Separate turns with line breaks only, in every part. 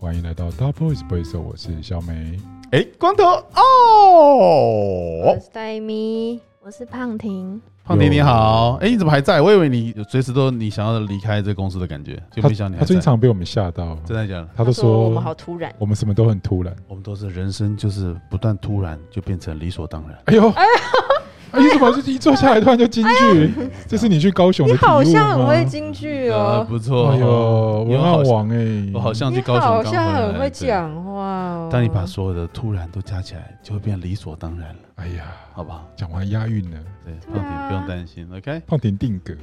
欢迎来到 Double Espresso，我是小美。
哎，光头哦
我，是戴咪，我是胖婷。
胖迪你好，哎，你怎么还在？我以为你随时都你想要离开这个公司的感觉，就
他
没想到你
他
还
最
在
近。常被我们吓到，
真的假的？
他都
我们
说
好突然，
我们什么都很突 然。
我们都是人生，就是不断突然就变成理所当然。
哎呦，哎呦，怎么是一坐下来突然就进去？这是你去高雄
哎你
的体悟吗？
好像很会京剧
呃，
哦，
不错。
哎呦，
哦你
文
好
案
像，
王哎，
我好像
你
去高雄
好
刚回
像
来
很会。
对
讲话哦。
当你把所有的突然都加起来，就会变理所当然了，
哎呀，
好不好？
讲完押韵了，
对，胖迪
啊
不用担心，OK。
胖点定格。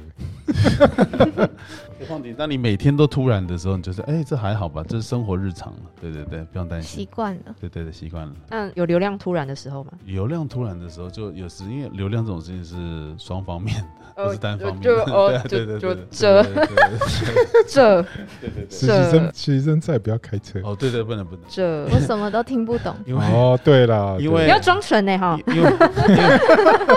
胖迪，当你每天都突然的时候，你就是哎，这还好吧？这是生活日常了。对对对，不用担
习
心。
惯了，
对对对，习惯了。
那有流量突然的时候吗？
流量突然的时候，就有时因为流量这种事情是双方面的，不是单方面
哦就
的。，
哦
对
就
对
就
对对
这
对对对
这
对对对。
实习生，实习生再也不要开车。
哦，对对，不能不能，。
这，
我什么都听不懂
因为
哦，对啦，
因
对
为
你要装纯呢哈。
因为因为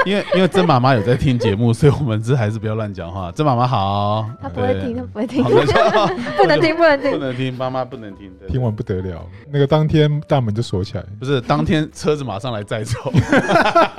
因为因为曾妈妈有在听节目，所以我们这还是不要乱讲话。曾妈妈好，
他不会
对
听，他不会听
好。没错
不能听，不能
不
听。
能听，妈妈不能听。对
听完不得了，那个当天大门就锁起来。
不是当天车子马上来载走，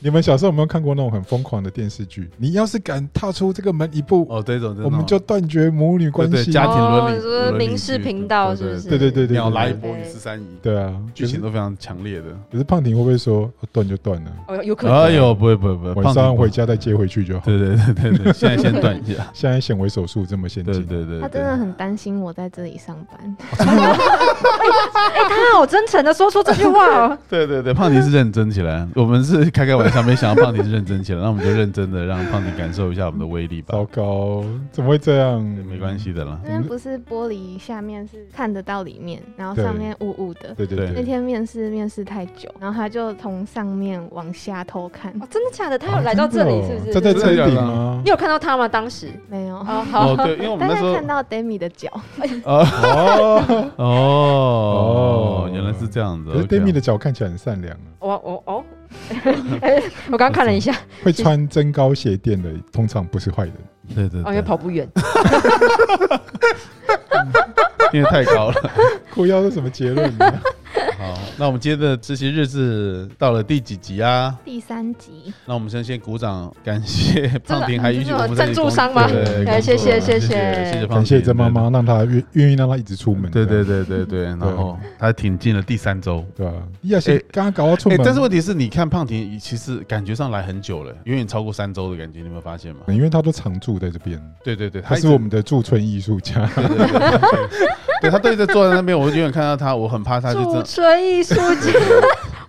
你们小时候有没有看过那种很疯狂的电视剧？你要是敢踏出这个门一步，
哦，对，这种
我们就断绝母女关
对
系。
对家庭伦理
哦你说
伦理
民视
剧
频道
对对
是不
对
是
对对对，
秒
对
来一
对
波与十三姨，
对啊，
剧情
可是
都非常强烈的。
可是胖婷会不会说哦断就断了，
哦，有可能。
哎呦，不会不会不会，
晚
胖
上
子
回家再接回去就好？。
对对对对对，现在先断一下
现在显微手术这么先
对
进，
对对，嗯
他真的很担心我在这里上班，
他好真诚的说出这句话哦。
对对对，胖迪是认真起来，我们是开开玩笑，没想到胖迪是认真起来，那我们就认真的让胖迪感受一下我们的威力吧
糟。糕，怎么会这样？
对没关。系的啦，
因为不是玻璃下面是看得到里面，然后上面雾雾的。
对对
那
对，
天面试面试太久，然后他就从上面往下偷看，
哦真的假的？他有来到这里是不
哦站在
是？
车顶吗
你？有看到他吗？当时？
没有。
哦，好
哦，对，因为我们
但
那时
是
候
看到 Demi 的脚，
哦，
哦哦，原来是这样子。
可是
OK
Demi 的脚看起来很善良啊，
我我哦， 哎我刚看了一下，
会穿增高鞋垫的通常不是 坏人。
对对
哦，因
对，
为跑不远。
因为太高了。
裤腰是什么结论呢？
好，那我们今天的这些日志到了第几集啊？
第三集
那我们先先鼓掌，感谢
真
胖
的
婷还允许
这是
我们在这里
赞助
工
商吗
对对对
哎
谢谢
工作
谢谢
谢谢胖婷，
感谢
对
曾妈。妈，让她愿愿意让她一直出门。
对对
对
对对嗯对，然后她挺进了第三周。
对吧？要是
哎
刚刚搞到出
哎
门，，
但是问题是，你看胖婷其实感觉上来很久了，远远超过三周的感觉，你有没有发现吗？
因为她都常住在这边，
对对对，
她
一直
是我们的驻村艺术家。
对对对对对，对他都一直坐在那边，我就远远看到他，我很怕他就
驻
这。
村艺术家，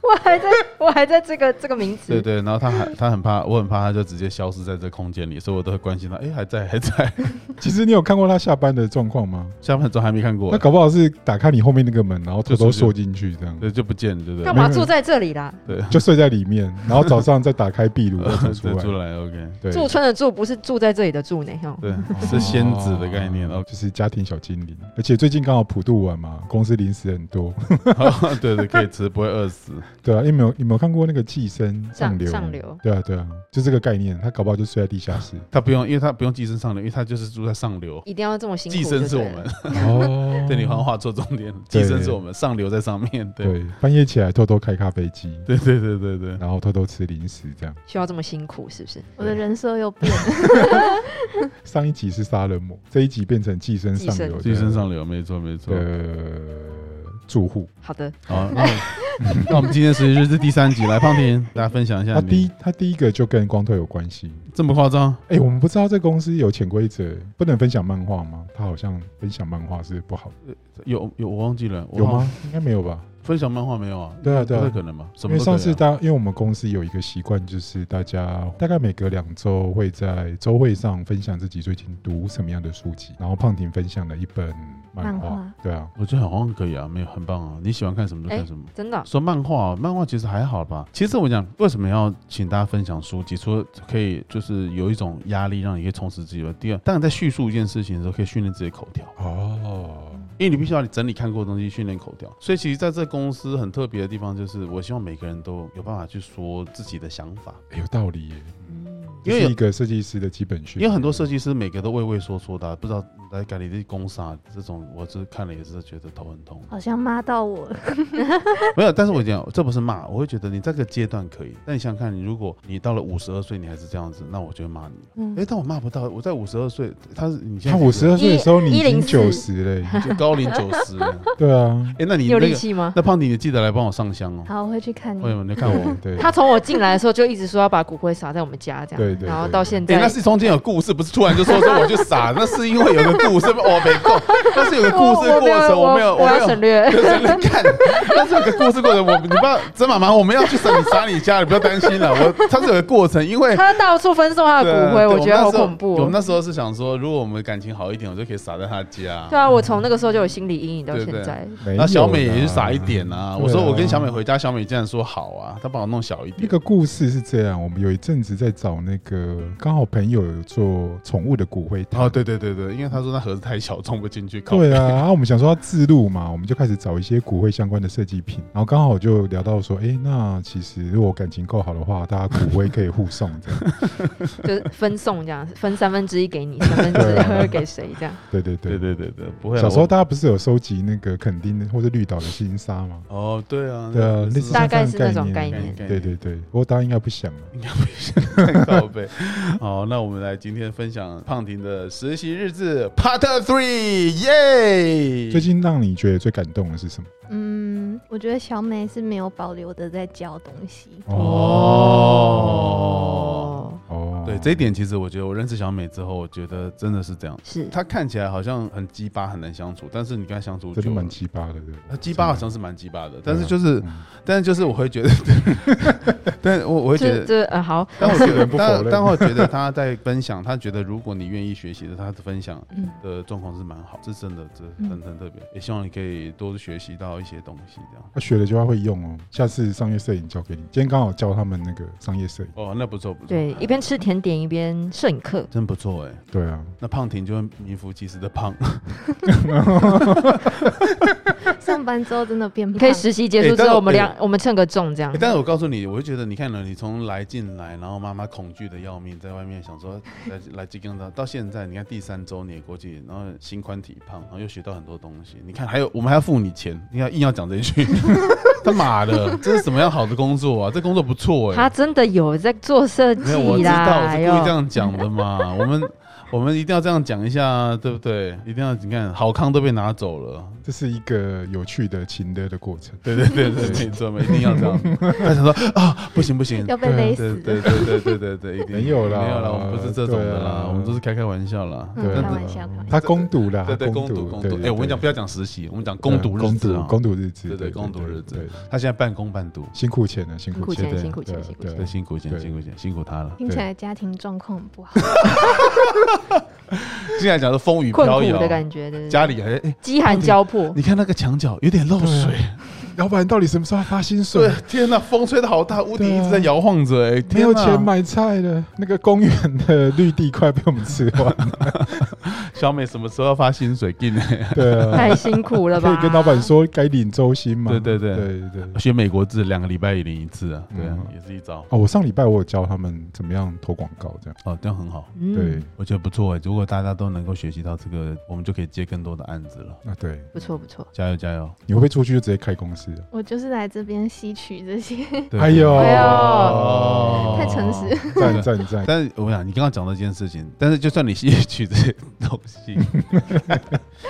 我还在我还在这个这个名字。
对对，然后他还他很怕，我很怕他就直接消失在这空间里，所以我都会关心他。哎，还在 还在，
其实你有看过她下班的状况吗？
下半周还没看过啊
那，搞不好是打开你后面那个门，然后偷偷
就出去
缩进去这样，
对，就不见了，对不对
干？嘛住在这里啦？
对，
就睡在里面，然后早上再打开壁炉再
呃
走出
对出
来。
来，OK，
对，
驻村的驻不是住在这里的住呢，哈。
对，
哦，
是仙子的概念哦
就是家庭小精灵。而且最近刚好普渡完嘛，公司零食很多。
对对，可以吃，不会饿死。
对啊，你有没有你有没有看过那个寄生
上
流？
上流
对啊对啊，就这个概念，他搞不好就睡在地下 室。
他不用，因为他不用寄生上流，因为他就是住在上流。
一定要这么辛苦。
寄生是我们，，
哦
对你好像画错重点，
对
寄生是我们，上流在上面。对，
对，半夜起来偷偷开咖啡机，
对对对对对。
然后偷偷吃零食这样。
需要这么辛苦，是不是？
我的人设又变了，
上一集是杀人魔，这一集变成寄生上流的，
寄生上流，没错没错。
的住户。
好的，
好，那我们 那我们今天实习日志第三集，来胖婷，大家分享一下
他
你。
第一他第一个就跟光头有关系。
这么夸张？
哎、我们不知道这公司有潜规则，不能分享漫画吗？他好像分享漫画是不好的，
有有，我忘记了，我
有
好
吗
像？？
应该没有吧？
分享漫画没有啊？
对啊对啊
不太可能吧？什
因
么
为
都可以
上
啊
次大，因为我们公司有一个习惯，就是大家大概每隔两周会在周会上分享自己最近读什么样的书籍，然后胖婷分享了一本漫
漫
画
画，
对啊，
我觉得好像可以啊，没有很棒啊，你喜欢看什么就看
哎
什么。
真的哦。
说漫画，漫画其实还好吧。其实我讲为什么要请大家分享书籍，除了可以就是有一种压力，让你可以充实自己吧。第二，当然在叙述一件事情的时候，可以训练自己的口条。
哦，
因为你必须要你整理看过的东西训练口条，所以其实在这公司很特别的地方就是，我希望每个人都有办法去说自己的想法。
哎有道理耶。这
因为
是一个设计师的基本训
因
练。
为很多设计师每个都畏畏缩缩的啊、不知道来改你的攻杀啊这种，我是看了也是觉得头很痛。
好像骂到我了。
没有，但是我讲这不是骂，我会觉得你这个阶段可以。但你想想看，你如果你到了五十二岁你还是这样子，那我就会骂你。哎、
嗯，
但我骂不到，我在五十二岁，他是你现
他
在
五十二岁的时候，你已经
104
九十了 耶，
就高龄九十了。
对啊，
哎、那你
有
那
力
个
气吗？
那胖迪，你记得来帮我上香哦。
好，我会去看你
会。吗？你看我。
对
他从我进来的时候就一直说要把骨灰撒在我们家这样，
对对
然后
对
到现
哎、
在，
那是中间有故事，不是突然就说说我就 傻，那是因为有个故事，哦，没够，那是有个
我
故事
我
过程，我没有，
我
没
要
有
省略。
就是你 看，但是有个故事过程，我你不要，曾妈妈，我们要去审查你家，你不要担心了。我它是有个过程，因为
他到处分送他
对
的骨灰，
对
我觉得
们那
好
时候
恐怖
我们
哦。
那时候是想说，如果我们感情好一点，我就可以撒在他家。
对啊，我从那个时候就有心理阴影到
对
现
对
在。
没有
那
啦
小美也是撒一点啊，我说
对啊
我跟小美回家，小美竟然说好啊，她帮我弄小一
那
点。
个故事是这样，我们有一阵子在找那个，刚好朋友有做宠物的骨灰坛
哦，，对对对对，因为她说那盒子太小，装不进去。靠
对啊，然后我们想说要自录嘛，我们就开始找一些骨灰相关的设计品，然后刚好就聊到说，哎，那其实如果感情够好的话，大家骨灰可以互送这样。
就是分送这样，分三分之一给你，三分之二给谁这样。
对对对
对对对对，不会啊。
小时候
我
大家不是有收集那个垦丁的或者绿岛的新沙吗？
哦，对啊，
对啊，类似像
大概
这样
是那种
概
概念
对对对，不过大家应该不想了。
应该不是太高倍。 好，那我们来今天分享胖婷的实习日志 Part Three，耶！
最近让你觉得最感动的是什么？
嗯，我觉得小美是没有保留的在教东西。
哦，
哦，
对这一点，其实我觉得我认识小美之后，我觉得真的是这样。
是
她看起来好像很鸡巴，很难相处，但是你跟她相处
真
久
的蛮
了。
奇葩的，对。
她鸡巴好像是蛮鸡巴的，
真
但
的
是就是，
嗯
但是就是，我会觉得， 但我我会觉
这
得，
这呃好，
但我觉
这个
得，
人不否
但
认
但我觉得她在分享，她觉得如果你愿意学习的，她的分享
嗯，
的状况是蛮好，这真的这
嗯
很很特别，也希望你可以多学习到一些东西这样。
他学了就要会用哦。下次商业摄影交给你，今天刚好教他们那个商业摄影。
哦，那不错不错，
对，一边吃甜点一边摄影课，
真不错哎。
对啊，
那胖婷就会名副其实的胖，
上班之后真的变
你
胖，
可以实习结
哎
束之
但
后，
我
我们量我们称个重这样
欸。但是我告诉你，我会觉得你看了，你从来进来，然后妈妈恐惧的要命，在外面想说来来这个到到现在，你看第三周你也过去，然后心宽体胖，然后又学到很多东西。你看，还有我们还要付你钱，你要硬要讲这一句， 他妈的，这是什么样好的工作啊？这工作不错哎、
他真的有在做设计
没有，我知道，
啦，
我是
哎
故意
呦
这样讲的嘛。我们我们一定要这样讲一下，对不对？一定要你看，好康都被拿走了，
这是一个有趣的情的的过程。
对对对对，没错，一定要这样。他想说啊，不行不行，
要被勒
对
死。
对对对对对对，一定
没有啦
没有啦，我们不是这种的
对
啦
啊，
我们都是开开玩笑啦。
嗯
对啊
开玩笑开玩笑
他攻读啦，
对对，
他
攻读
读
攻
对
读，
对
哎，我跟你讲，
对
不要讲实习，我们讲攻读日
攻
子
读
啊。
攻读日志，
对对攻读日，
对
志
对
他现在半工半读，
辛苦钱了，辛苦
辛苦钱
对
辛苦钱
对啊
辛苦
对
对，辛苦一点，
对
辛苦一点，辛苦他了。
听起
对
来家庭状况不好，
现在讲的风雨
困
飘
苦
摇
的，感觉，对对对
家里还哎，
饥寒交迫，
你看那个墙角有点漏
对啊
水，
老板到底什么时候要发薪水啊
对？， 天呐，风吹的好大，屋顶
对啊
一直在摇晃着、哎，
没
天
有
呐
钱。买菜了，那个公园的绿地快被我们吃完了。
小美什么时候要发薪水进来？
对啊，
太辛苦了吧？
可以跟老板说该领周薪嘛？
对对对
对对对。
学美国制，两个礼拜也领一次啊，对啊，
嗯
也是一招。
哦，我上礼拜我有教他们怎么样投广告，这样
哦，这样很好，
嗯，
对
我觉得不错哎、如果大家都能够学习到这个，我们就可以接更多的案子了。
啊，对，
不错不错。
加油加油！
你会不会出去就直接开公司了？
我就是来这边吸取这些，
对
哎呦，
哎呦
太诚实。
赞 赞赞！
哦但是我想，你刚刚讲到一件事情，但是就算你吸取这些东西，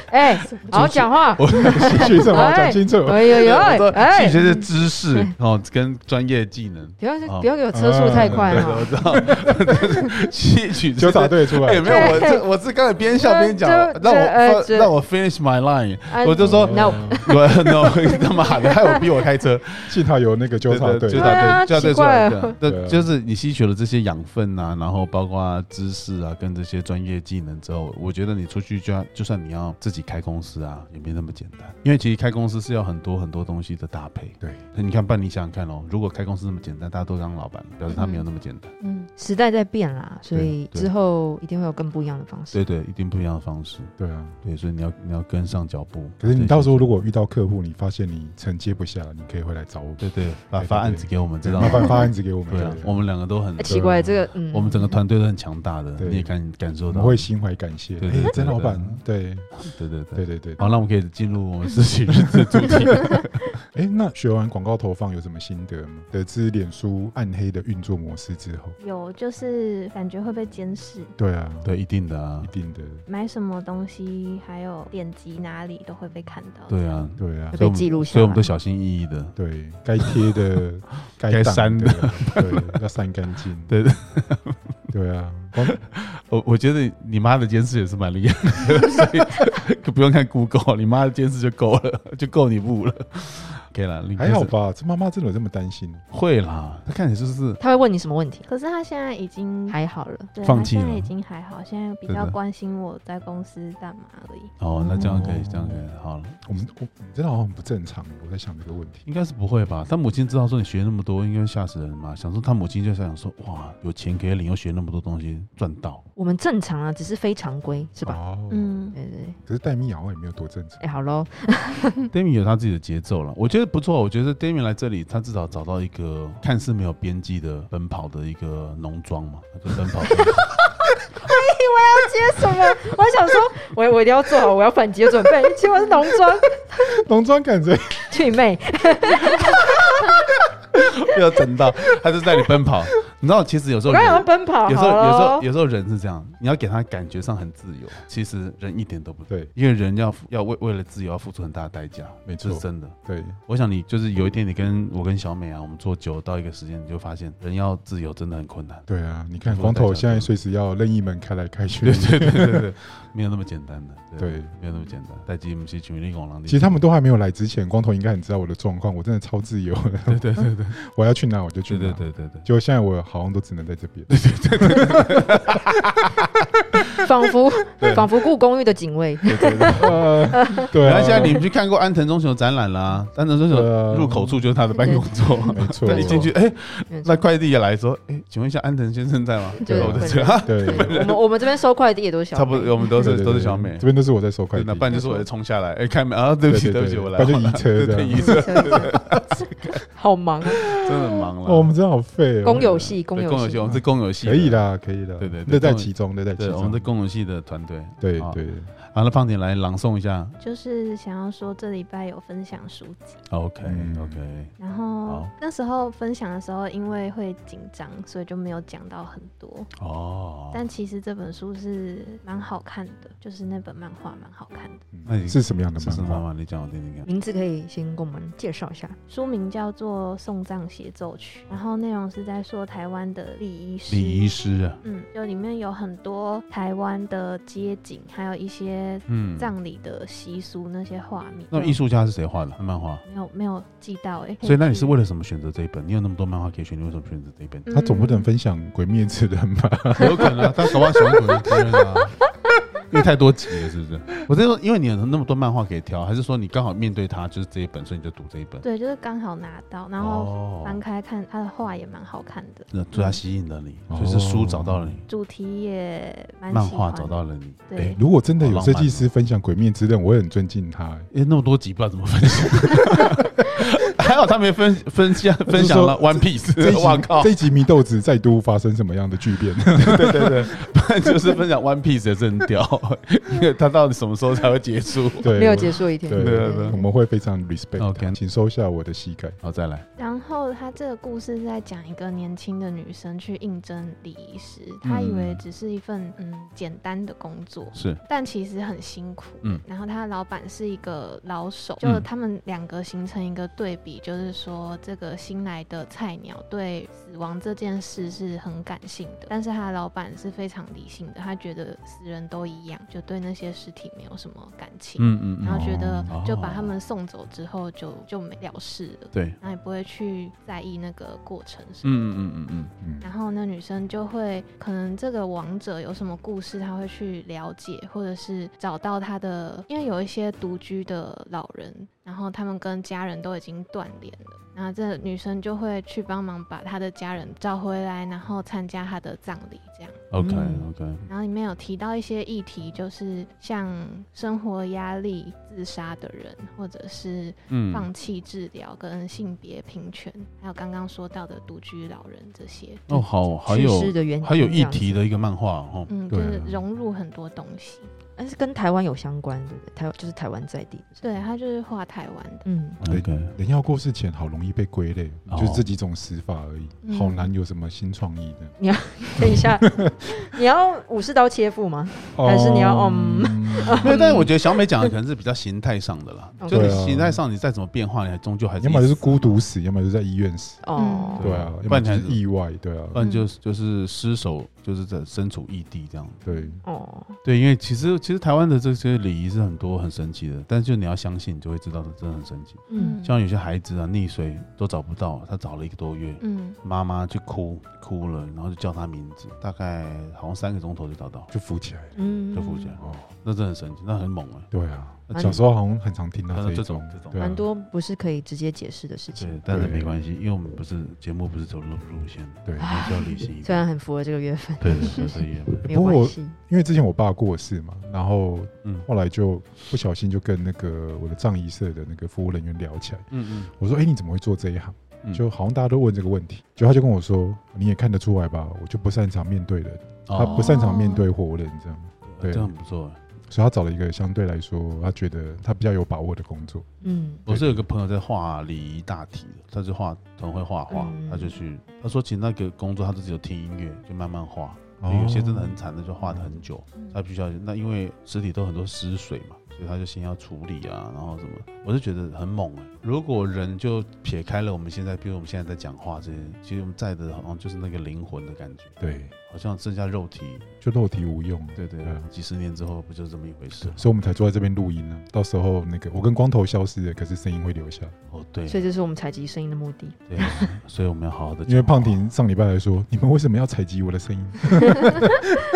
哎，好好讲话，
我
继续什么？讲清 楚。
哎呦呦，
我说
哎
吸取，这些知识哦，跟专业技能，
不要
哦
不要给我车速太快啊
对，
哈
我。知道， 吸取这
纠察
些
队出
哎、
来，
没有，我这我是刚才边笑边讲，
就就
让我
呃
发
就
让我 finish my line，
啊
我就说
no，
我 no 他妈的，还有逼我开车，
哦幸好有那个纠察队
对对。
对啊
纠察队
奇
出来
怪
的
哦，
对
对，
啊
就是你吸取了这些养分啊，然后包括知识啊，跟这些专业技能之后，我觉得你出去就要，就算你要自己开公司啊，也没那么简单。因为其实开公司是要很多很多东西的搭配。
对，
你看，办你想想看哦，如果开公司那么简单，大家都当老板，表示他没有那么简单。
嗯，时代在变啦，所以
对对
之后一定会有更不一样的方
对
式。
对，一定不一样的方式。
对啊。
对，所以你要你要跟上脚步。
可是你到时候如果遇到客户，你发现你承接不下，你可以回来找我，
对对，把
对对
发案子给我们，知道
麻
吗？
烦发案子给我们。
对啊，我们两个都很
哎，，奇怪，这个嗯，
啊我们整个团队都很强大的，
对
你也感感受
我
到
们。会心怀感谢。
对对
哎
对
曾老
对
板，对
对对对
对。对对。
好，那我们可以进入我们事情的主题。
哎，那学完广告投放有什么心得吗？得知脸书暗黑的运作模式之后，
有就是感觉会被监视，
对啊，
对，一定的啊
一。定的，
买什么东西，还有点击哪里都会被看到。
对啊，
对啊
会，
所以我
被
们
记录下来，
所以我们都小心翼翼的。
对该贴的、
该
挡
删
的，对，要删干净。
对，
对啊， 光
我我觉得你妈的监视也是蛮厉害的，所以 可不用看 Google，你妈的监视就够了， 就够你步了。可以了，你
还好吧？这妈妈真的有这么担心？
会啦，他看起来就是
他会问你什么问题？
可是他现在已
嗯
经
还好了，
对，
放
他
弃
现在
了
已经还好，现在比
对
较
的
关心我在公司干嘛而已。
哦，那这样可以，
哦
这样可以，好了，
我们我你真的好像很不正常。我在想这个问题，
应该是不会吧？他母亲知道说你学那么多，应该会吓死人嘛。想说他母亲就想说，哇，有钱可以领，又学那么多东西，赚到。
我们正常啊，只是非常规，是吧？
哦，
嗯，
对对对，
可是戴米好像也没有多正 常。
哎，好喽，
Demi 有他自己的节奏了，我觉得不错。我觉得 Demi 来这里，他至少找到一个看似没有边际的奔跑的一个农庄嘛，就奔跑。
接什么？我还想说， 我我一定要做好我要反击的准备。结果是浓妆，
浓妆感觉
去妹，
不要等到，他就带你奔跑。你知道，其实有时候
我刚
人，
想奔跑，啊
有时候有时候
有
有时候人是这样，你要给他感觉上很自由，其实人一点都不，
对
因为人要付要为为了自由要付出很大的代价，
没
这是
错
真的。
对
我想你就是有一天，你跟我跟小美啊，我们做久到一个时间，你就发现人要自由真的很困难。
对啊，你看
不
光
过戴
头
小
现在
灯
随时要任意门开来开去。
对对对对对，没有那么简单的，
对
没有那么简单。代际不是群力拱狼的，
其实他们都还没有来之前，光头应该很知道我的状况，我真的超自由的。对对对对，
嗯
我要去哪我就去
对
哪。
对对对对，
结果现在我好像都只能在这边。
仿佛仿佛故宫寓的警卫，
呃 对
然
啊，
后现在你们去看过安藤忠雄展览啦，安藤忠
对啊
雄入口处就是他的办公 桌。
没错
他，一进去，哎、
没错
那快递也来说，哎、请问一下安藤先生在吗？
对
我在
本
这
人
啊，
对，
我们我们这边收快递也都是小妹，
差不多，我们都
对
是
对
都是
对
小美
这。边都是我在收快
对，
递，
那不然就是我也冲下来，哎，开门啊！对不起，
对对
对不起，
对
我来
不
了，
然就移车
对
这
对，
样
移车，
好忙啊，
真的很忙了。
哦，我们真的好废哦。
工友系，工
对
友
工友系，我们是工友系，
可以。啦，可以啦，
对对对
乐在其中，乐在其
对，我
中
们是。啊工友系的团队。
对
好
对，对
好，那胖姐来朗诵一下。
就是想要说这礼拜有分享书籍，
OK
嗯
OK，
然后
好
那时候分享的时候，因为会紧张，所以就没有讲到很多。
哦，
但其实这本书是蛮好看的，就是那本漫画蛮好看的，
嗯
那你
是什么样的
是什
漫
么
画？
吗？你讲我听听看。
名字可以先给我们介绍一下，
书名叫做《送葬协奏曲》，然后内容是在说台湾的礼仪师。
礼仪师啊，
嗯，就里面有很多台湾的街景，还有一些
嗯，
葬礼的习俗那些画面。
那艺术家是谁画的？那漫画。
没有没有记到哎、
所以那你是 为
了
了什么选择这一本？你有那么多漫画可以选，你为什么选择这 一本？
嗯
他总不能分享《鬼灭之刃》吧？
有可能、啊，他搞不好喜欢鬼灭之刃啊， 因为太多集了，是不是？我在说，因为你有那么多漫画可以挑，还是说你刚好面对它就是这一本，所以你就读这一本？
对，就是刚好拿到，然后
哦，
翻开看他的画也蛮好看的，
那对它吸引了你，
哦
就是书找到了你，
主题也蛮
漫
喜
画
欢
找到了你。
对、
哎如果真的有设计师分享《鬼灭之刃》，我会很尊敬他。 哎
哎，那么多集不知道怎么分 享，还好他没分分享分享了《One
这
Piece
一》，
哇靠
集，这一集祢豆子再度发生什么样的巨 变？
对对对，不然就是分享《One Piece》的正调， 因为他到底什么时候才会结束？
对，
没有
我
结束一天，
对
对
对
对
我们会非常 respect 他。
OK
请收下我的膝盖。
好，再来，
然后他这个故事是在讲一个年轻的女生去应征礼仪师，她以为只是一份嗯简单的工作，
是
但其实很辛苦。
嗯
然后她的老板是一个老手，
嗯
就他们两个形成一个对比，就是说这个新来的菜鸟对死亡这件事是很感性的，但是他的老板是非常理性的，他觉得死人都一样，就对那些尸体没有什么感情，
嗯嗯
然
嗯，
后觉得
哦
就把他们送走之后就就没了事了，
对，
然后也不会去在意那个过程什么
嗯
的
嗯嗯嗯
嗯
然后那女生就会可能这个王者有什么故事，她会去了解，或者是找到他的，因为有一些独居的老人，然后他们跟家人都已经断联了，然后这女生就会去帮忙把他的家人找回来，然后参加他的葬礼这样。
，OK
嗯
OK，
然后里面有提到一些议题，就是像生活压力、自杀的人，或者是
嗯，
放弃治疗跟性别平权，还有刚刚说到的独居老人这些。
哦，好，还
去世
有
的原因
还有
这
议
样子
题的，一个漫画哦，
嗯，就
对啊
是融入很多东西。
但是跟台湾有相关，对不对？台就是台湾在地，
对，他就是画台湾的。
嗯，
对
OK
人要过世前好容易被归类，
哦
就是这几种死法而已，
嗯
好难有什么新创意的。
等一 下，你要武士刀切腹吗？还
哦
是你要
没有，但是我觉得小美讲的可能是比较形态上 的啦，
嗯
就
对
你
啊
形态上你再怎么变化，你还终究还是
要么就是
一死啊
孤独死，要么就是在医院死。
哦，
对啊，要
不
么
然你
就
还
是
是
意外，对啊
不，然就是就是失手，就是在身处异地这样。
对，
哦，
对，因为其实其实台湾的这些礼仪是很多很神奇的，但是就你要相信，你就会知道这真的很神奇。
嗯，
像有些孩子啊溺水都找不到，他找了一个多月，
嗯
妈妈就哭哭了，然后就叫他名字，大概好像三个钟头就找到，
就浮起来了。
嗯
就扶起来，
哦，
那真的很神奇，那很猛哎、
对啊，
那
小时候好像很常听到
嗯
这一
这
种
种这，种
对啊
蛮，多不是可以直接解释的事情，
对，但是
对
没关系，因为我们不是节目不是走路路线，
对
我
啊
们是要理性一
虽
点。
然很符合这个月份，
对对对对对，对
没
不
有
过
关
我
系，
因为之前我爸过世嘛，然后
嗯
后来就不小心就跟那个我的葬仪社的那个服务人员聊起来，
嗯
我说：“哎，你怎么会做这一行？”
嗯，
就好像大家都问这个问题，就他就跟我说：“你也看得出来吧，我就不擅长面对人，他不
是
擅长面对活人这样。”对
这样很不错哎。
所以他找了一个相对来说他觉得他比较有把握的工作。
嗯，
我是有个朋友在画礼仪大题的，他就画很会画画，
嗯
他就去他说其实那个工作他都只有听音乐，就慢慢画，
哦
有些真的很惨的就画的很久，
嗯
他必须要那因为尸体都很多湿水嘛，所以他就先要处理啊，然后什么，我就觉得很猛哎、如果人就撇开了我们现在，比如我们现在在讲话这些，其实我们在的好像就是那个灵魂的感觉，
对，
好像剩下肉体，
就肉体无用。
对对
对啊
几十年之后不就是这么一回事
对，？所以我们才坐在这边录音呢。到时候那个我跟光头消失了，可是声音会留下，
哦对，
所以这是我们采集声音的目 的，
对，啊所以我们要好好的，
因为胖婷上礼拜来说，你们为什么要采集我的声音？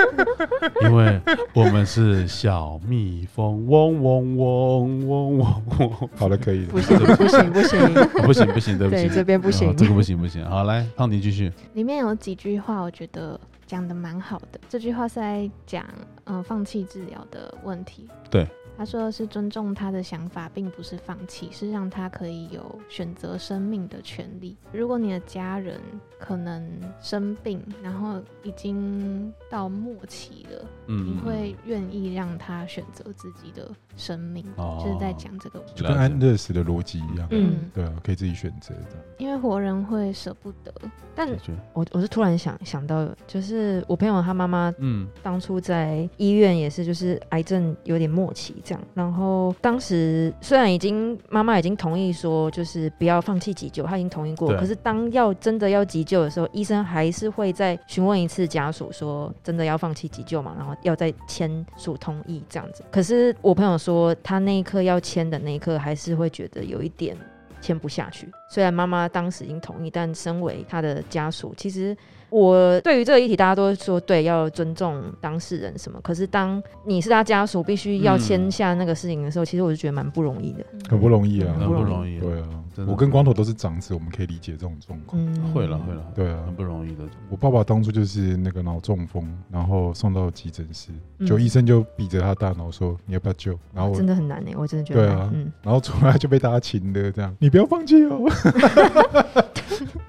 因为我们是小蜜蜂，嗡嗡嗡嗡嗡嗡。
好了，可以了
不。行不行不行，
不行不行，对不
对
起，
这边不行
啊，这个不行不行。好，来，胖迪继续。
里面有几句话，我觉得讲的蛮好的。这句话是在讲，嗯、放弃治疗的问题。
对，
他说的是尊重他的想法，并不是放弃，是让他可以有选择生命的权利。如果你的家人可能生病，然后已经到末期了，你
嗯，
会愿意让他选择自己的生命？
哦
就是在讲这个，
就跟安乐死的逻辑一样，
嗯
嗯，
对啊，可以自己选择的。
因为活人会舍不得，
但
解决
我我是突然想想到，就是我朋友他妈妈
嗯
当初在医院也是，就是癌症有点末期这样。然后当时虽然已经妈妈已经同意说，就是不要放弃急救，她已经同意过。
对
可是当要真的要急救的时候，医生还是会再询问一次家属说，真的要放弃急救嘛？然后要再签署同意这样子。可是我朋友说，他那一刻要签的那一刻，还是会觉得有一点。签不下去，虽然妈妈当时已经同意，但身为她的家属，其实我对于这个议题，大家都说对，要尊重当事人什么。可是当你是他家属，必须
嗯
要签下那个事情的时候，其实我就觉得蛮不容易的。
嗯
很不容易啊，
很不容易，
对啊
真，的
我跟光头都是长子，我们可以理解这种状况。
嗯，
会了会。了，
对啊
很，不容易的。
我爸爸当初就是那个脑中风，然后送到急诊室，
嗯
就医生就比着他的大脑说：“你要不要救？”然后我
真的很难哎、我真的觉得
对
很
啊
难。嗯，
然后出来就被大家擒的这样，你不要放 弃哦。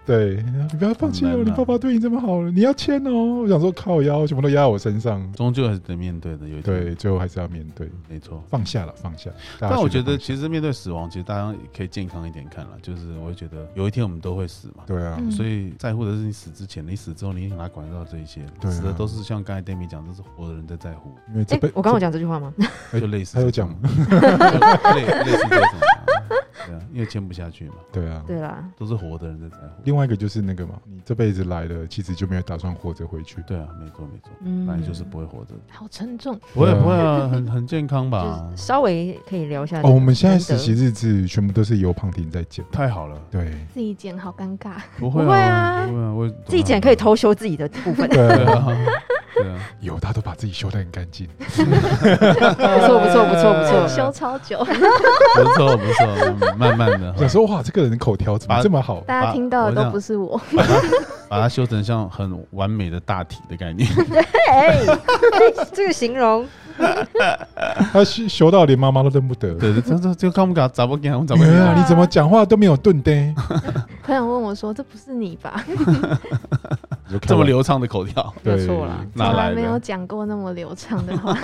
对，你不要放弃
很
哦，
难啊
你爸爸对你这么好了，你要签哦。我想说靠腰，全部都压在我身上。
终究还是得面对的，有一天，
对，最后还是要面对，
没错。
放下了，放下。大家
但我觉
学
得，
着
其实面对死亡，其实大家可以健康一点看了。就是我会觉得，有一天我们都会死嘛
放，下对啊，
嗯
所以在乎的是你死之前，你死之后，你哪管得到这一些？
对啊
死的都是像刚才 Demi 讲，都是活的人在在乎，
因为
哎、
这辈
我刚刚有讲这句话吗？
哎
就类似
他有
这种
讲吗，
就类类似这种啊。对啊，因为签不下去嘛，
对啊，
对啦，
都是活的人在在乎。
另外一个就是那个嘛，你这辈子来了，其实就没有打算活着回去。
对啊，没错没错，
嗯，
本来就是不会活着，
好沉重。
不会不会啊，很很健康吧
就是？稍微可以聊一下这个
啊哦，我们现在
啊心得
实习日志全部都是由胖婷在剪。
太好了，
对，
自己剪好尴尬，
不会
不会啊
不会啊，我
自己剪可以。偷修自己的 部分，
对
对
啊，
啊，对啊，
有他都把自己修得很干净。
不错不错不错不 错，
修超久，
不错不错，慢慢的，
想说哇，这个人口条怎么这么好？
大家听到的都不是
啊
我。
把它修成像很完美的大体的概念。
哎，哎 这个形容
他修修到连妈妈都认不得。
对，这这这看不搞咋不干，我咋不
哎呀
干？
啊
你怎么讲话都没有顿 呆，
朋友问我说：“这不是你吧？
这么流畅的口条，
对
没错啦
从
哪来
来
的
没有讲过那么流畅 的话。”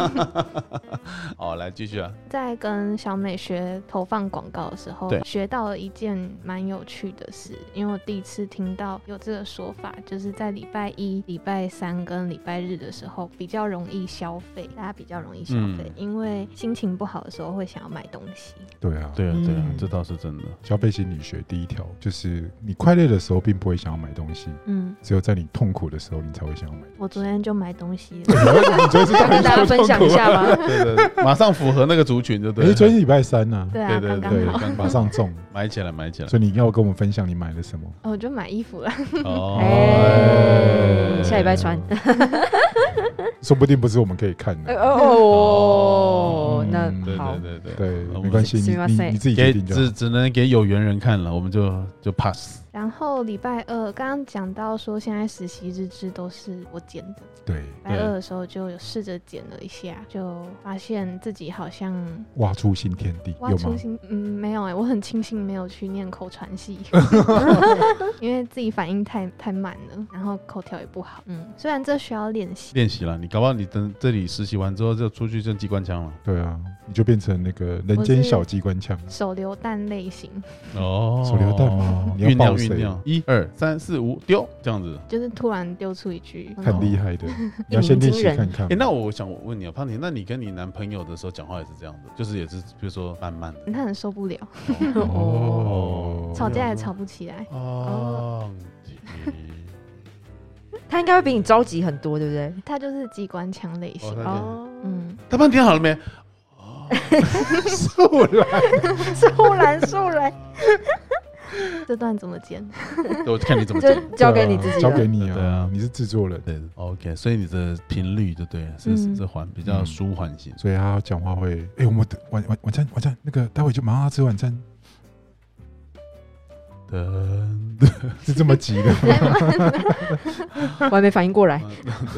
哦，来继续啊，
在跟小美学投放广告的时候
对，
学到了一件蛮有趣的事，因为我第一次听到有这个说法，就是在礼拜一、礼拜三跟礼拜日的时候比较容易消费，大家比较容易消费，
嗯
因为心情不好的时候会想要买东西。
对啊，
对啊对啊
嗯，
这倒是真的。
消费心理学第一条就是你快乐的时候并不会想要买东西，
嗯，
只有在你痛苦的时候你才会想要买。
我昨天就买东西 了，
你昨天是到底
跟大家
多
分享
痛
一
苦啊？
下吧。
对对，马上符合那个族群，就对
哎，
了。
昨天礼拜三呐，
对啊，
对对
刚
对
刚好。，
马 上 中。
买起来，买 起来。
所以你要跟我们分享你买了什么？
哦我就买衣服了，
哦
哎下礼拜 穿。
说不定不是我们可以看
呃
的。
哦哦，那
嗯
对
好
对，对对
对
我，们
没关系，你
すみま
你
せん
你自己决
给
定就
只
好。
只能给有缘人看了，我们就就 pass。
然后礼拜二刚刚讲到说，现在实习日志都是我剪的，
对，
礼拜
对
二的时候就有试着剪了一下，就发现自己好像
挖出新天地
挖
有
出
吗？
新，嗯，没有哎、我很庆幸没有去念口传 系， 因为自己反应太太慢了，然后口条也不好，嗯，虽然这需要练习，
练习了，你搞不好你等这里实习完之后就出去就机关枪了。
对啊，你就变成那个人
我
间
是
小机关枪，
手榴弹类型
哦
手榴弹吗？你要
酝酿
爆
酝
谁？
酿，一二三四五丢这样子。
就是突然丢出一句，
很厉
害，
害的，
哦
你 要先练习看看
哎、。那我想问你啊，胖婷，那你跟你男朋友的时候讲话也是这样子，就是也是比如说慢慢的
他很受不了，
哦
哦
哦，
吵架也吵不起来，
哦，
他应该会比你着急很多，对不对？
他就是机关枪类型，
哦他
哦，
嗯，
大胖婷好了没？
受了。
素然素然，
这段怎么剪？
对我看你怎么讲。
就交给你自己
交给
了。
你
对
啊
啊，
你是制作人，
对，OK，所以你的频率就对了，是是
嗯
这环比较舒缓型。
所以他讲话会，哎，我们晚晚晚餐晚餐那个，待会就马上要吃晚餐，
噔
是这么急的吗？
我还没反应过来，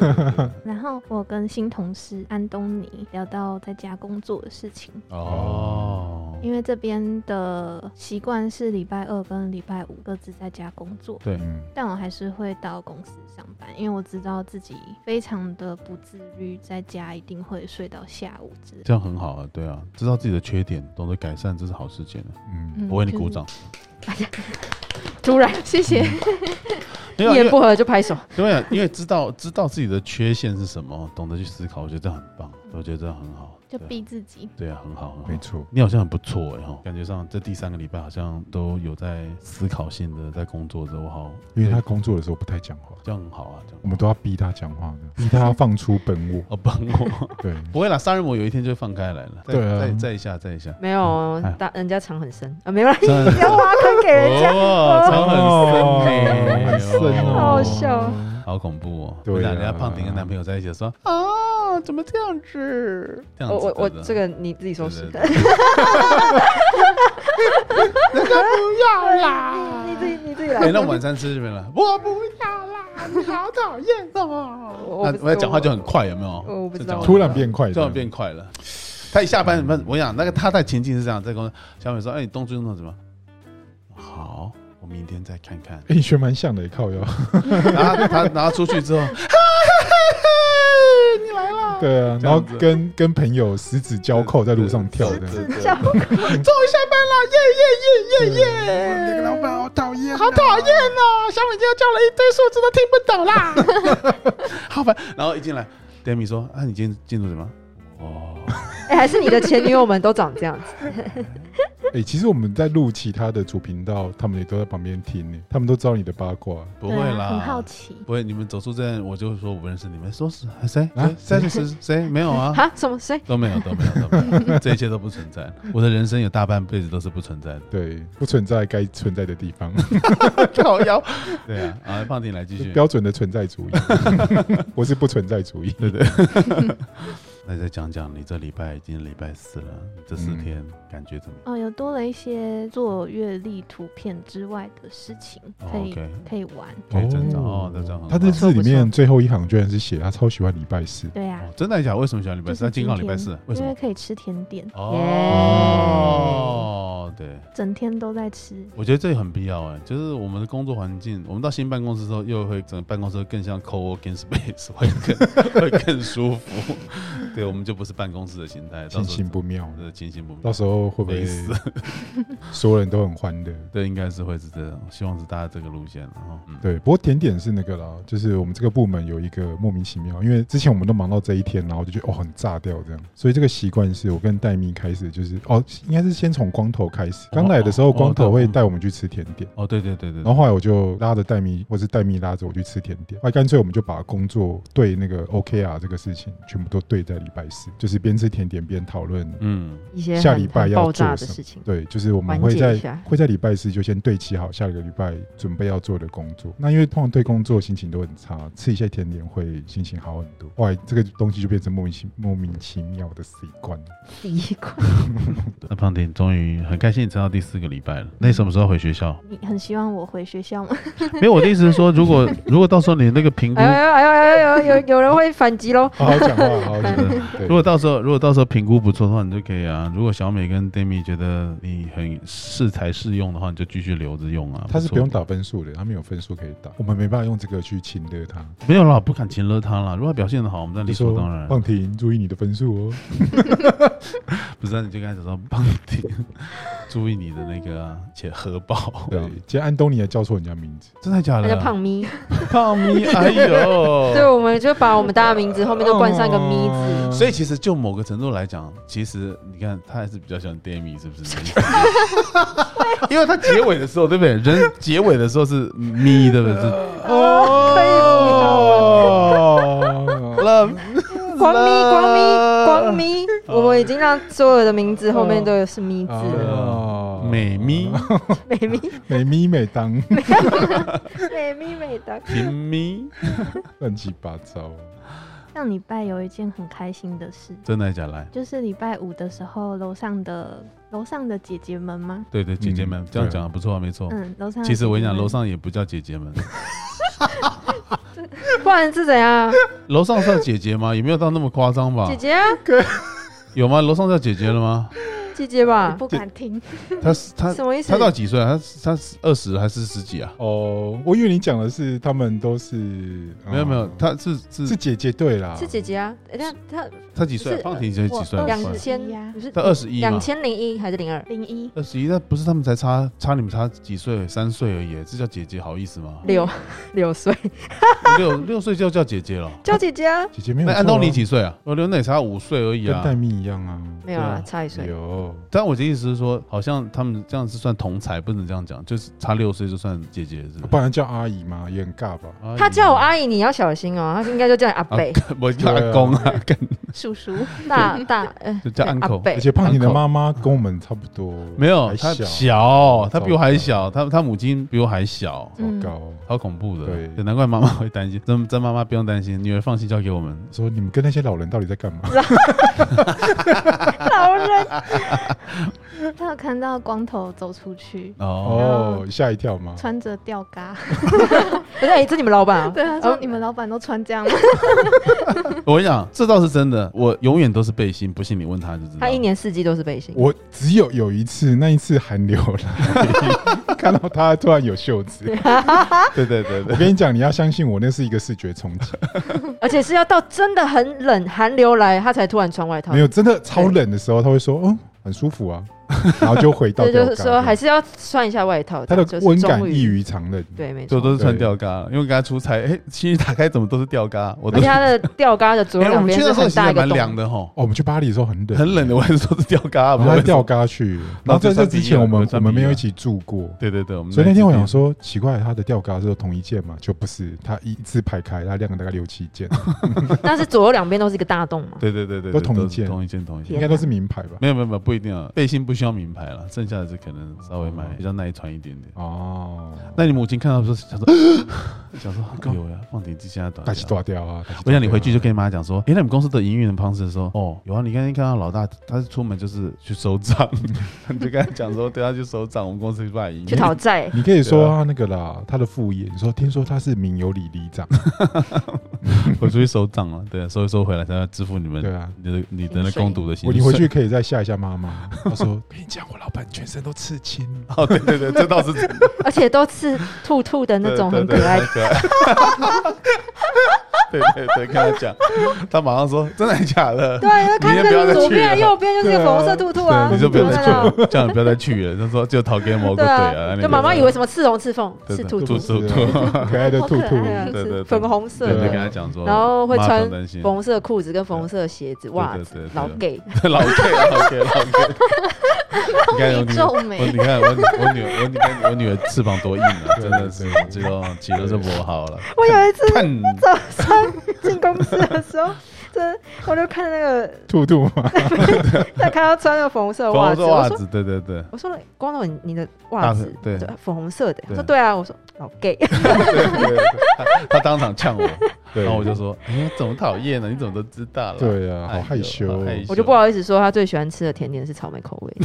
嗯然后我跟新同事安东尼聊到在家工作的事情，
哦，
因为这边的习惯是礼拜二跟礼拜五各自在家工作，
对，
嗯，
但我还是会到公司上班，因为我知道自己非常的不自律，在家一定会睡到下午之类的。
这样很好啊，对啊，知道自己的缺点，懂得改善，这是好事情啊。
嗯，
嗯
我为你鼓掌，，
突然
就是谢谢。
没
一
有因
言
为
不合就拍手，
因为因为知道知道自己的缺陷是什么，懂得去思考，我觉得这很棒，我觉得这很好，
就
对啊
逼自己。
对啊，很好，很好
没错，
你好像很不错哎哈，感觉上这第三个礼拜好像都有在思考性的在工作着，我好，
因为他工作的时候不太讲话，
这样很好啊，这样
我们都要逼他讲话的， 逼他放出本我。
哦帮我，
对，
不会啦，杀人魔有一天就会放开来了，再
对啊
再再一下，再一 下，
没有
哎，
大人家藏很深啊， 没有啦，
真的
不要挖坑给人家。
哦，藏很深欸呢，
很深哦，
好好笑。
好恐怖哦！
对啊
你俩人家胖婷跟男朋友在一起的时候啊，怎么这样子？这样
我
子
我我
哦真的
这个你自己收拾
对，对对
要啦， 你自己你自己来
哎，。那晚餐吃什么了？ 我不要啦，你好讨厌哦。
我
那
不知
我讲话就很快，有没有？
我不知
就
道
讲话
突然变快的，
突然变快了。他一下班，我想那个他在前进是这样，在跟我小美说：“哎，你动作弄什么？”好，我明天再看看。
哎，你学蛮像的，靠 腰。
然后他他然后出去之后，哎你来了，
对啊，
这
然后
样子
跟跟朋友十指交扣在路上跳
对
的，
对
叫
终于下班了，耶耶耶耶耶！那个嗯老板好哦讨厌，啊好讨厌哦！小美今天叫了一堆数字都听不懂啦，好烦。然后一进来，Demi 说：“啊，你今天进度怎么样？”哦，
哎，还是你的前女友们都长这样子，
哎、其实我们在录其他的主频道，他们也都在旁边听呢，他们都知道你的八卦。
不会
对啊
啦，
很好奇。
不会，你们走出站，我就说我不认识你们，说是谁
啊
啊？谁是谁？没有 啊，
哈，什么谁？
都没有，都没有，都没有，这一切都不存在。我的人生有大半辈子都是不存在的。
对，不存在该存在的地方，
靠腰，对啊，啊，胖婷来继续，
标准的存在主义。我是不存在主义。
对对。 那再讲讲你这礼拜已经礼拜四了，你这四天感觉怎么样？
哦，有多了一些做阅历图片之外的事情，可
哦
以、
，OK，
可以玩。
可以增长哦，增长很好。
他的字里面最后一行居然是写他超喜欢礼拜四。
对啊
哦，真的假的？为什么喜欢礼拜
就
四？他
是
今
今
刚
天
好礼拜四，为什
因为
么？
可以吃甜点，
哦，对，
整天都在吃。
我觉得这很必要哎，就是我们的工作环境，我们到新办公室之后，又会整个办公室更像 co-working space，会更 会更舒服。对，我们就不是办公室的形态，到
心
时候
情不妙，
呃情形不妙
到。时候会不
累
会
死
所有人都很欢乐？
对，应该是会是这样，希望是大家这个路线，然后嗯，
对，不过甜点是那个啦，就是我们这个部门有一个莫名其妙，因为之前我们都忙到这一天，然后就觉得哦很炸掉这样，所以这个习惯是我跟戴咪开始就是哦，应该是先从光头开始，刚来的时候
哦
光头
对
会
嗯
带我们去吃甜点。
哦，对对对对，
然后后来我就拉着戴咪，或是戴咪拉着我去吃甜点。后来干脆我们就把工作对那个 OKR 这个事情全部都对在礼拜四，就是边吃甜点边讨论
嗯，
一些
下
很
礼拜
很
要
爆炸
做
的
什么
事情，
对，就是我们
缓
会
解
在
一下
会在礼拜四就先对齐好下个礼拜准备要做的工作。那因为通常对工作心情都很差，吃一些甜点会心情好很多。后来这个东西就变成莫名其莫名其妙的习惯了。
第一关。
那胖婷终于很开心，你撑到第四个礼拜了。那你什么时候回学校？
你很希望我回学校吗？
没有，我的意思是说，如果 如果到时候你那个评估
哎呦哎呦哎呦哎呦，有有人会反击喽！
好好讲话，好好讲话。 对
如果到时候如果到时候评估不错的话，你就可以啊。如果小美跟 Demi 觉得你很适才适用的话，你就继续留着用啊。
他是不用
错
打分数的，他没有分数可以打，我们没办法用这个去侵略他。
没有啦，不敢擒了他啦。如果他表现的好，我们再
就
理所
说
当然。
放婷，注意你的分数哦。
不是啊，你就开始说帮你 注意你的那个啊且核爆。
对，啊今天安东尼还叫错人家名字，
真的假
他
的？
叫胖咪，
胖咪，哎
对，
呦。
我们就把我们大家名字后面都冠上一个咪字。
所以其实就某个程度来讲，其实你看他还是比较喜欢 Demi，是不是？ 因为他结尾的时候，对不对？人结尾的时候是咪，对不 对？是
哦，
了，
光咪光咪光咪，我们已经让所有的名字后面都有是咪字了。
哦
嗯美咪、
美咪
美咪美当，
美咪美 的，
平咪，
乱七八糟。
上礼拜有一件很开心的事，
真的假来？
就是礼拜五的时候，楼上的楼上的姐姐们吗？
对对，姐姐们
嗯
这样讲得不错啊，没错。
嗯，楼上的
其实我跟你讲，
姐姐们
楼上也不叫姐姐们，
嗯不然是怎样？
楼上叫姐姐吗？也没有到那么夸张吧
姐？姐啊，
有吗？楼上叫姐姐了吗？
姐姐吧？
不敢听，
她她
什么意思
她？到几岁啊？她她二十还是十几啊？
哦，我以为你讲的是他们都是没
哦没有没有，她是
是
是
姐姐对啦，
是姐姐啊？哎那她
她几岁啊
是？
胖婷姐几岁啊？
我
两
快
千
21啊
不是
她二十一
两
嘛？
千零一还是零二？？
零一
二十一，那不是他们才差差你们差几岁？三岁而已，这叫姐姐好意思吗
六六岁
六 六岁就叫姐姐了。
叫姐姐啊？
姐姐没有
那
错啊。
安东尼几岁啊？我刘也才五岁而已
跟
啊
戴。咪一样啊？
没有
对
啊
啊，
差一岁。
有，
但我的意思是说，好像他们这样是算同才，不能这样讲，就是差六岁就算姐姐是不哎是
不然叫阿姨嘛，也很尬吧？
阿姨
她哦叫我阿姨，你要小心哦。她应该就叫你阿贝，
我叫阿公啊，干
叔叔，
大大呃
就叫
阿
uncle。
而
贝。
且胖婷的
Uncle
妈妈跟我们差不多，
没有，
还
他
小
小，他比我还小，他他母亲比我还小，
嗯
糟糕。哦
好恐怖的。
对
难怪妈妈会担心。真真妈妈不用担心，女儿放心交给我们。
说你们跟那些老人到底在干嘛？
老人
他有看到光头走出去，
哦，
哦，吓一跳
啊
吗？
穿着吊嘎，
不是，哎，这你们老板啊？
对啊，说
哦
你们老板都穿这样吗？
我跟你讲，这倒是真的，我永远都是背心，不信你问他就知道。
她一年四季都是背心。
我只有有一次，那一次寒流来， 看到他突然有袖子。
对，对对对
我跟你讲，你要相信我，那是一个视觉冲击。
而且是要到真的很冷，寒流来，他才突然穿外套
嗯没。有，真的超冷的时候，他会说：“哦，很舒服啊。”然后就回到
所以
吊
就是
嘎
说
对
还是要穿一下外套，
它
这样就
的
是
温感
终于
异于常哦人，
对，没
就
错。
都是穿
对
吊嘎，因为跟他出差， 哎，其实打开怎么都是吊嘎，我
而
都
且它的吊嘎的左右
哎，我
两
们
边
去
是
的时候
很
其实
大
还
一个
蛮
洞，
凉的吼，
哦，我们去巴黎的时候很冷，
很冷的，我还是说是吊嘎，
然
不
后
是
还吊嘎去。然后在这之前，我们我们没有一起住过，
对对对，我们
所以那天我
一
想
起
说，奇怪，它的吊嘎是同一件嘛？就不是，它一字排开，它量了大概六七件，
但是左右两边都是一个大洞嘛。
对对对对，
都
对
同一
是
件
同一件，同一件
应。该都是名牌吧？
没有没有没有，不一定啊，背心不需要名牌了，剩下的是可能稍微买比较耐穿一点点。
哦，
那你母亲看到说想说， 想说，哎呦呀，放点鸡现在短
大起
了。
大掉啊！大起大掉啊
我想你回去就跟你妈讲说，诶，那你们公司的营运的方式说，哦，有啊，你刚才看到老大，他是出门就是去收 账，你就跟他讲说，对，他去收账，我们公司去办营运
去。 讨债，
你可以
对
说
啊
他那个啦，他的副业。你说，听说他是名有里里 长，
我出去收账了，对，啊收一收回来才要支付你们
对啊。
你的你的那工读的薪
我
水。
你回去可以再吓一下妈妈，她说：“跟你讲，我老板全身都刺青。
哦，对对对，这倒是真的
而且都是兔兔的那种很可爱
对。对对很可爱 对对对，跟他讲，他马上说真的假的？
对，啊，看
你也不要再去
着左边
了
右边就是一个粉红色兔兔啊，
对
你就不要再去
看到
了， 叫你不要再去了。他说就讨给某个
对
对啊，
啊，就妈妈以为什么刺龙刺凤
对
是
对
兔
兔兔
兔，
是啊可爱的
好
兔
可
兔，
爱啊，
对对
是
对
粉红
对，
色
就
对
跟
的，
他讲说，
然后会
妈不
穿
用担心
粉红色的裤子跟粉红色的鞋子、袜
对
子
对对，
老
对
gay，
老 K 老 K 老 K。你看我
一
女
皱
我
眉
你，看我我女我你看我女儿翅膀多硬 啊，真的是
对对
这种骑都是不好了。
我有一次
看
早上进公司的时候，真的我就看那个，
兔兔嘛，
他看他穿那个粉红色的
粉
袜
红
子，
色
我
袜
说
子，对对对，
我说光头，你你的袜子
大对
粉红色的，他说
对
对啊，我说老 gay，
他他当场 呛我，
对
然后我就说，哎，怎么讨厌呢？你怎么都知道了？
对啊，好
哎
害
呦
羞
好
哦。
害羞
我就不好意思说他最喜欢吃的甜点是草莓口味，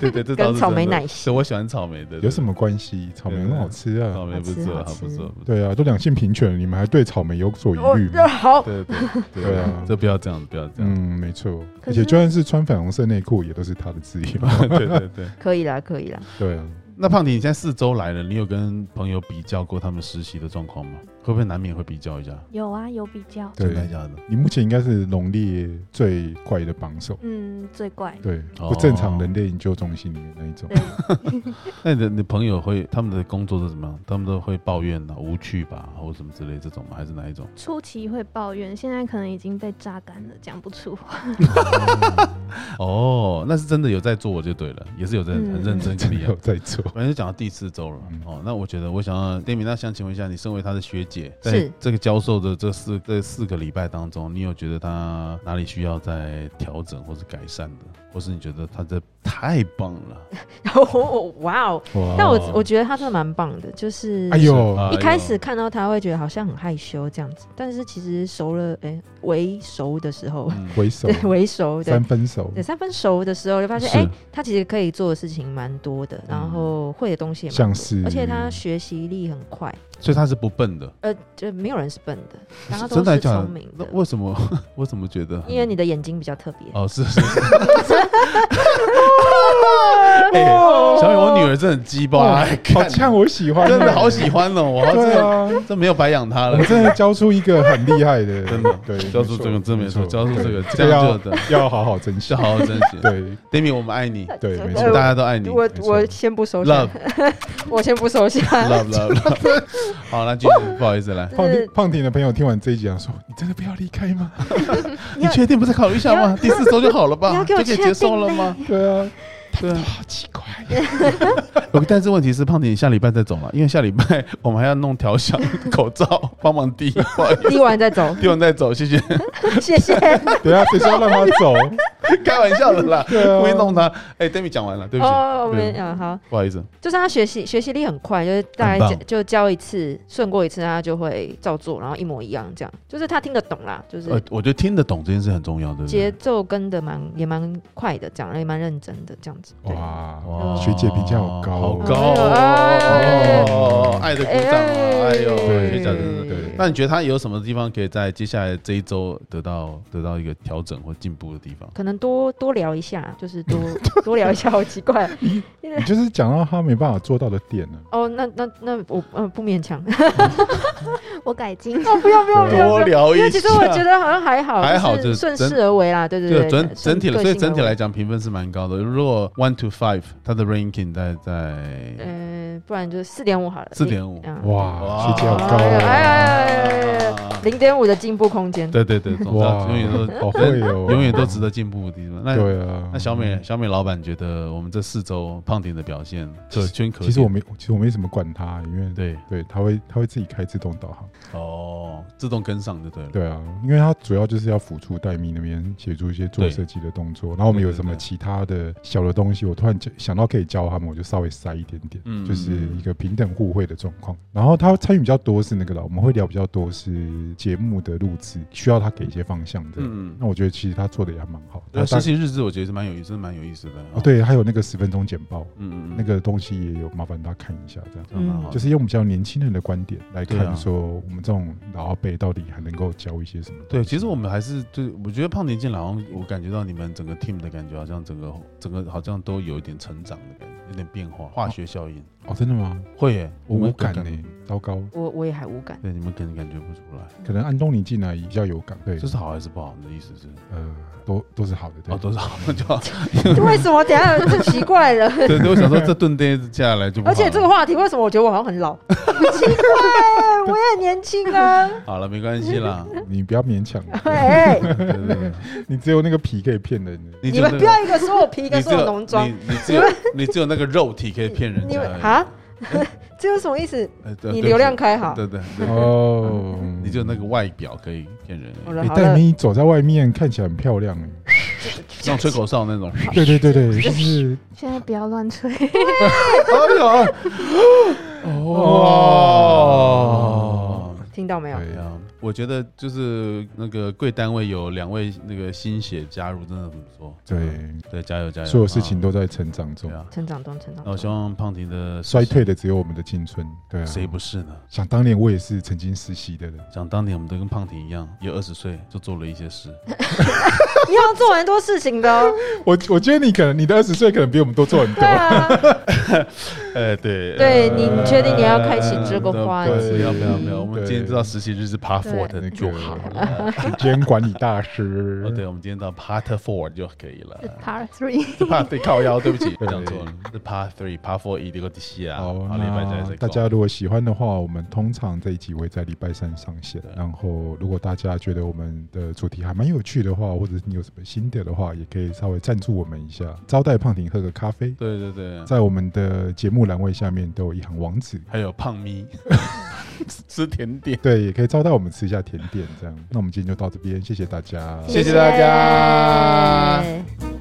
对对，这
跟
倒是
草
真
莓
的
奶昔
对，我喜欢草莓的。
有什
么？
么关系？草莓很好吃
草
啊。
莓不
好吃
错，还
好
不
吃
错，不错
对啊，都两性平权了，你们还对草莓有所
我
疑虑吗？
就好
对对
对啊
这不要这样，不要这样。
嗯，没错。
可
而
是
且就算是穿粉红色内裤，也都是他的自由。
对对对。
可以啦，可以啦。
对啊，
那胖迪，你现在四周来了，你有跟朋友比较过他们实习的状况吗？会不会难免会比较一下？
有啊，有比较，
对
真的假的？
你目前应该是农历最怪的榜首，
嗯，最怪，
对，
哦
不正常人类研究中心里面那一种。
对，
那你的你朋友会他们的工作是怎么样？他们都会抱怨啊，无趣吧，或什么之类这种吗？还是哪一种？
初期会抱怨，现在可能已经被榨干了，讲不出话。
哦，那是真的有在做，就对了，也是有在很认真跟
真
你
的
啊聊
有。在做。
嗯 反正就讲到第四周了、
嗯
哦，那我觉得我想要 d a m i 那想请问一下，你身为他的学姐，
是
在这个教授的这四这四个礼拜当中，你有觉得他哪里需要再调整或是改善的，或是你觉得他这太棒了？
然后我我哇哦，
哇
但我我觉得他真的蛮棒的，就是
哎呦，
啊
一开始看到他会觉得好像很害羞这样子，但是其实熟了，哎、为熟的时候，
嗯
回首
对，为熟对
三。分熟
对，三分熟的时候就发现，
是嗯
哎、他其实可以做的事情蛮多的，然后会的东西也蛮多，
像是
而且他学习力很快，
所以他是不笨的，
呃，就没有人是笨的，大家
真
都
的还
是
假的
聪明？
那
的。
为什么？ 为什么觉得很？
因为你的眼睛比较特别，
哦，是 是是。哎小雨，我女儿真的很鸡
哦
巴，哎
好
看
呛，我喜欢，
真的好喜欢哦，我真
对
的
啊，
真没有白养她
我
了
们。真的教出一个很厉害的，
真的
对，
教出这个真没错，教出这个这样
要
就的，
要好好珍惜
就。好好珍惜。
对
d a m i 我们爱你，
对，没
大
错。
家都爱你。
呃我
没错
我先不收下
Love，
我先不收下，
love love love。好，那继续，不好意思，来，
胖
就是
婷胖婷的朋友听完这一集，他啊说：“你真的不要离开吗
你确定不再考虑一下吗？第四周就好了
你
吧？
要
就
给
可
我
以结束了吗？？”
对啊，
对啊，
好奇 怪。
我但是问题是，胖婷你下礼拜再走了，因为下礼拜我们还要弄调香口罩，帮忙递，不好意思，
滴完再走
递完再走，谢谢。
谢谢。
等一下谁说要让他走？
开玩笑的啦，
对啊
故意弄他。哎 d a m i 讲完了，对不起，
哦，我们
对
嗯好，
不好意思。
就是他学习学习力很快，就是大概
很棒
就就教一次顺过一次，他就会照做，然后一模一样这样，就是他听得懂啦，就
呃
是，
我觉得听得懂这件事很重要，对不
节
对？
奏跟的蛮也蛮快的，讲的也蛮认真的这样子。对，哦
哇，学姐评价好高
好
哦，
高哦
哎
哦，爱的鼓掌啊！哎呦，
对
学长真的
对
觉。
那你觉得他有什么地方可以在接下来这一周得到得到一个调整或进步的地方？
可能多多聊一下，就是 多多聊一下，好奇怪
你就是讲到他没办法做到的点呢、
哦。那那那我嗯、呃不勉强，
我改 进。
哦不要不要不要不
多
要。
聊一
因
下。
为其实我觉得好像还好，
还好
就是
就是
顺势而为啦，对对
对
对。
整整体
的，
的，所以整体来
讲，
讲评分是蛮高的。如果 one to five，它的 ranking 在在
嗯，不然就四点五好了。
四点五。
嗯
哇，
哇
起跳高、
哎呀哎呀
哦，
零点五的进步空间。
对对对，总之
哇，
永远都
好会哦，
永远都值得进步的地方。那
对啊。
那小美小美老板觉得我们这四周胖顶的表现可圈可
其
点
实我没，其实我没什么管他，因为
对
对他会他会自己开自动导航。
哦自动跟上就对了。
对啊，因为他主要就是要辅助戴咪那边协助一些做
对
设计的动作，然后我们有
对对
什么
对
其他的小的东西，我突然就想到可以教他们，我就稍微塞一点点，
嗯
就是一个平等互惠的状况。然后他参与比较多是那个了，我们会聊比较多是节目的录制，需要他给一些方向的。
嗯，
那我觉得其实他做的也还蛮好，
那
他大
实习日志我觉得是蛮有意思，真的蛮有意思的。啊
哦，对，还有那个十分钟简报。
嗯，嗯嗯，
那个东西也有麻烦大家看一下，这样
这样蛮好的，
就是用比较年轻人的观点来
哦对啊
看，说我们这种老辈到底还能够教一些什么东西。
对，其实我们还是对，我觉得胖年进来，好像我感觉到你们整个 team 的感觉，好像整个整个好像都有一点成长的感觉，有点变化，化学效应。
哦，真的吗？
会耶，
我无感呢、
呢，
糟糕，
我我也还 无感。
对，你们可能感觉不出来，
可能安东尼进来比较有感，对，
这是好还是不好？你的意思是？
呃，都都是好的，对，
哦，多少 就好。
为什么？等一下这奇怪 了。
对对，我想说这顿跌下来就不好
而
了。
且这个话题为什么我觉得我好像很老？奇 怪，我也很年轻啊。
好了，没关系啦。
你不要勉 强，
哎，
对对 对，
你只有那个皮可以骗人的。
你
你
就
们
那
不
个
要一个说我皮，一个
你只
说我
有
浓妆
你。你 只有你只有那个肉体可以骗人
你
家
们
而已。
啊？ 这有什么意思？
呃？对
你流量开好。
对对
嗯
对，对
哦，
你就那个外表可以骗人而
嗯好
已，
了
你
好
但
了，
你走在外面看起来很漂亮哎，
像吹口哨那 种。
对对对对，就是
现在不要乱吹，
哎呦，
哦
哦，
听到没有？
对
对啊，我觉得就是那个贵单位有两位那个新血加入，真的很不错。
对，
对，加油加油！
所有事情
啊
都在成长中
对，啊。
成长中，成长
那我希
中。
望胖婷的
衰，退的只有我们的青春，对啊，
谁不是呢？
想当年我也是曾经实习的人，
想当年我们都跟胖婷一样，也二十岁就做了一些事。
你要做很多事情的哦。
我我觉得你可能你的二十岁可能比我们都做很
对
多，
啊，
哎，对
对
呃
你确定你要开启这个话
题
不要不要不要，
对
我们今天知道实习日是 Part Four 的就好了。
时间管理大师
哦，，对，我们今天到 Part Four 就可以了
是。Part Three。
是 Part 对靠腰， 对不起，
对
讲错了，是 Part Three、Part Four 一这个底下。
好，
啊好，礼拜再
哦那
再
大家如果喜欢的话，我们通常这一集会在礼拜三上线
对。
然后，如果大家觉得我们的主题还蛮有趣的话，或者是你有什么心得的话，也可以稍微赞助我们一下，招待胖婷喝个咖啡。
对对对，
在我们的节目栏位下面都有一行网址，
还有胖咪 吃甜点，
对，也可以招待我们吃一下甜点，这样。那我们今天就到这边，谢谢大家，
谢谢大家。
耶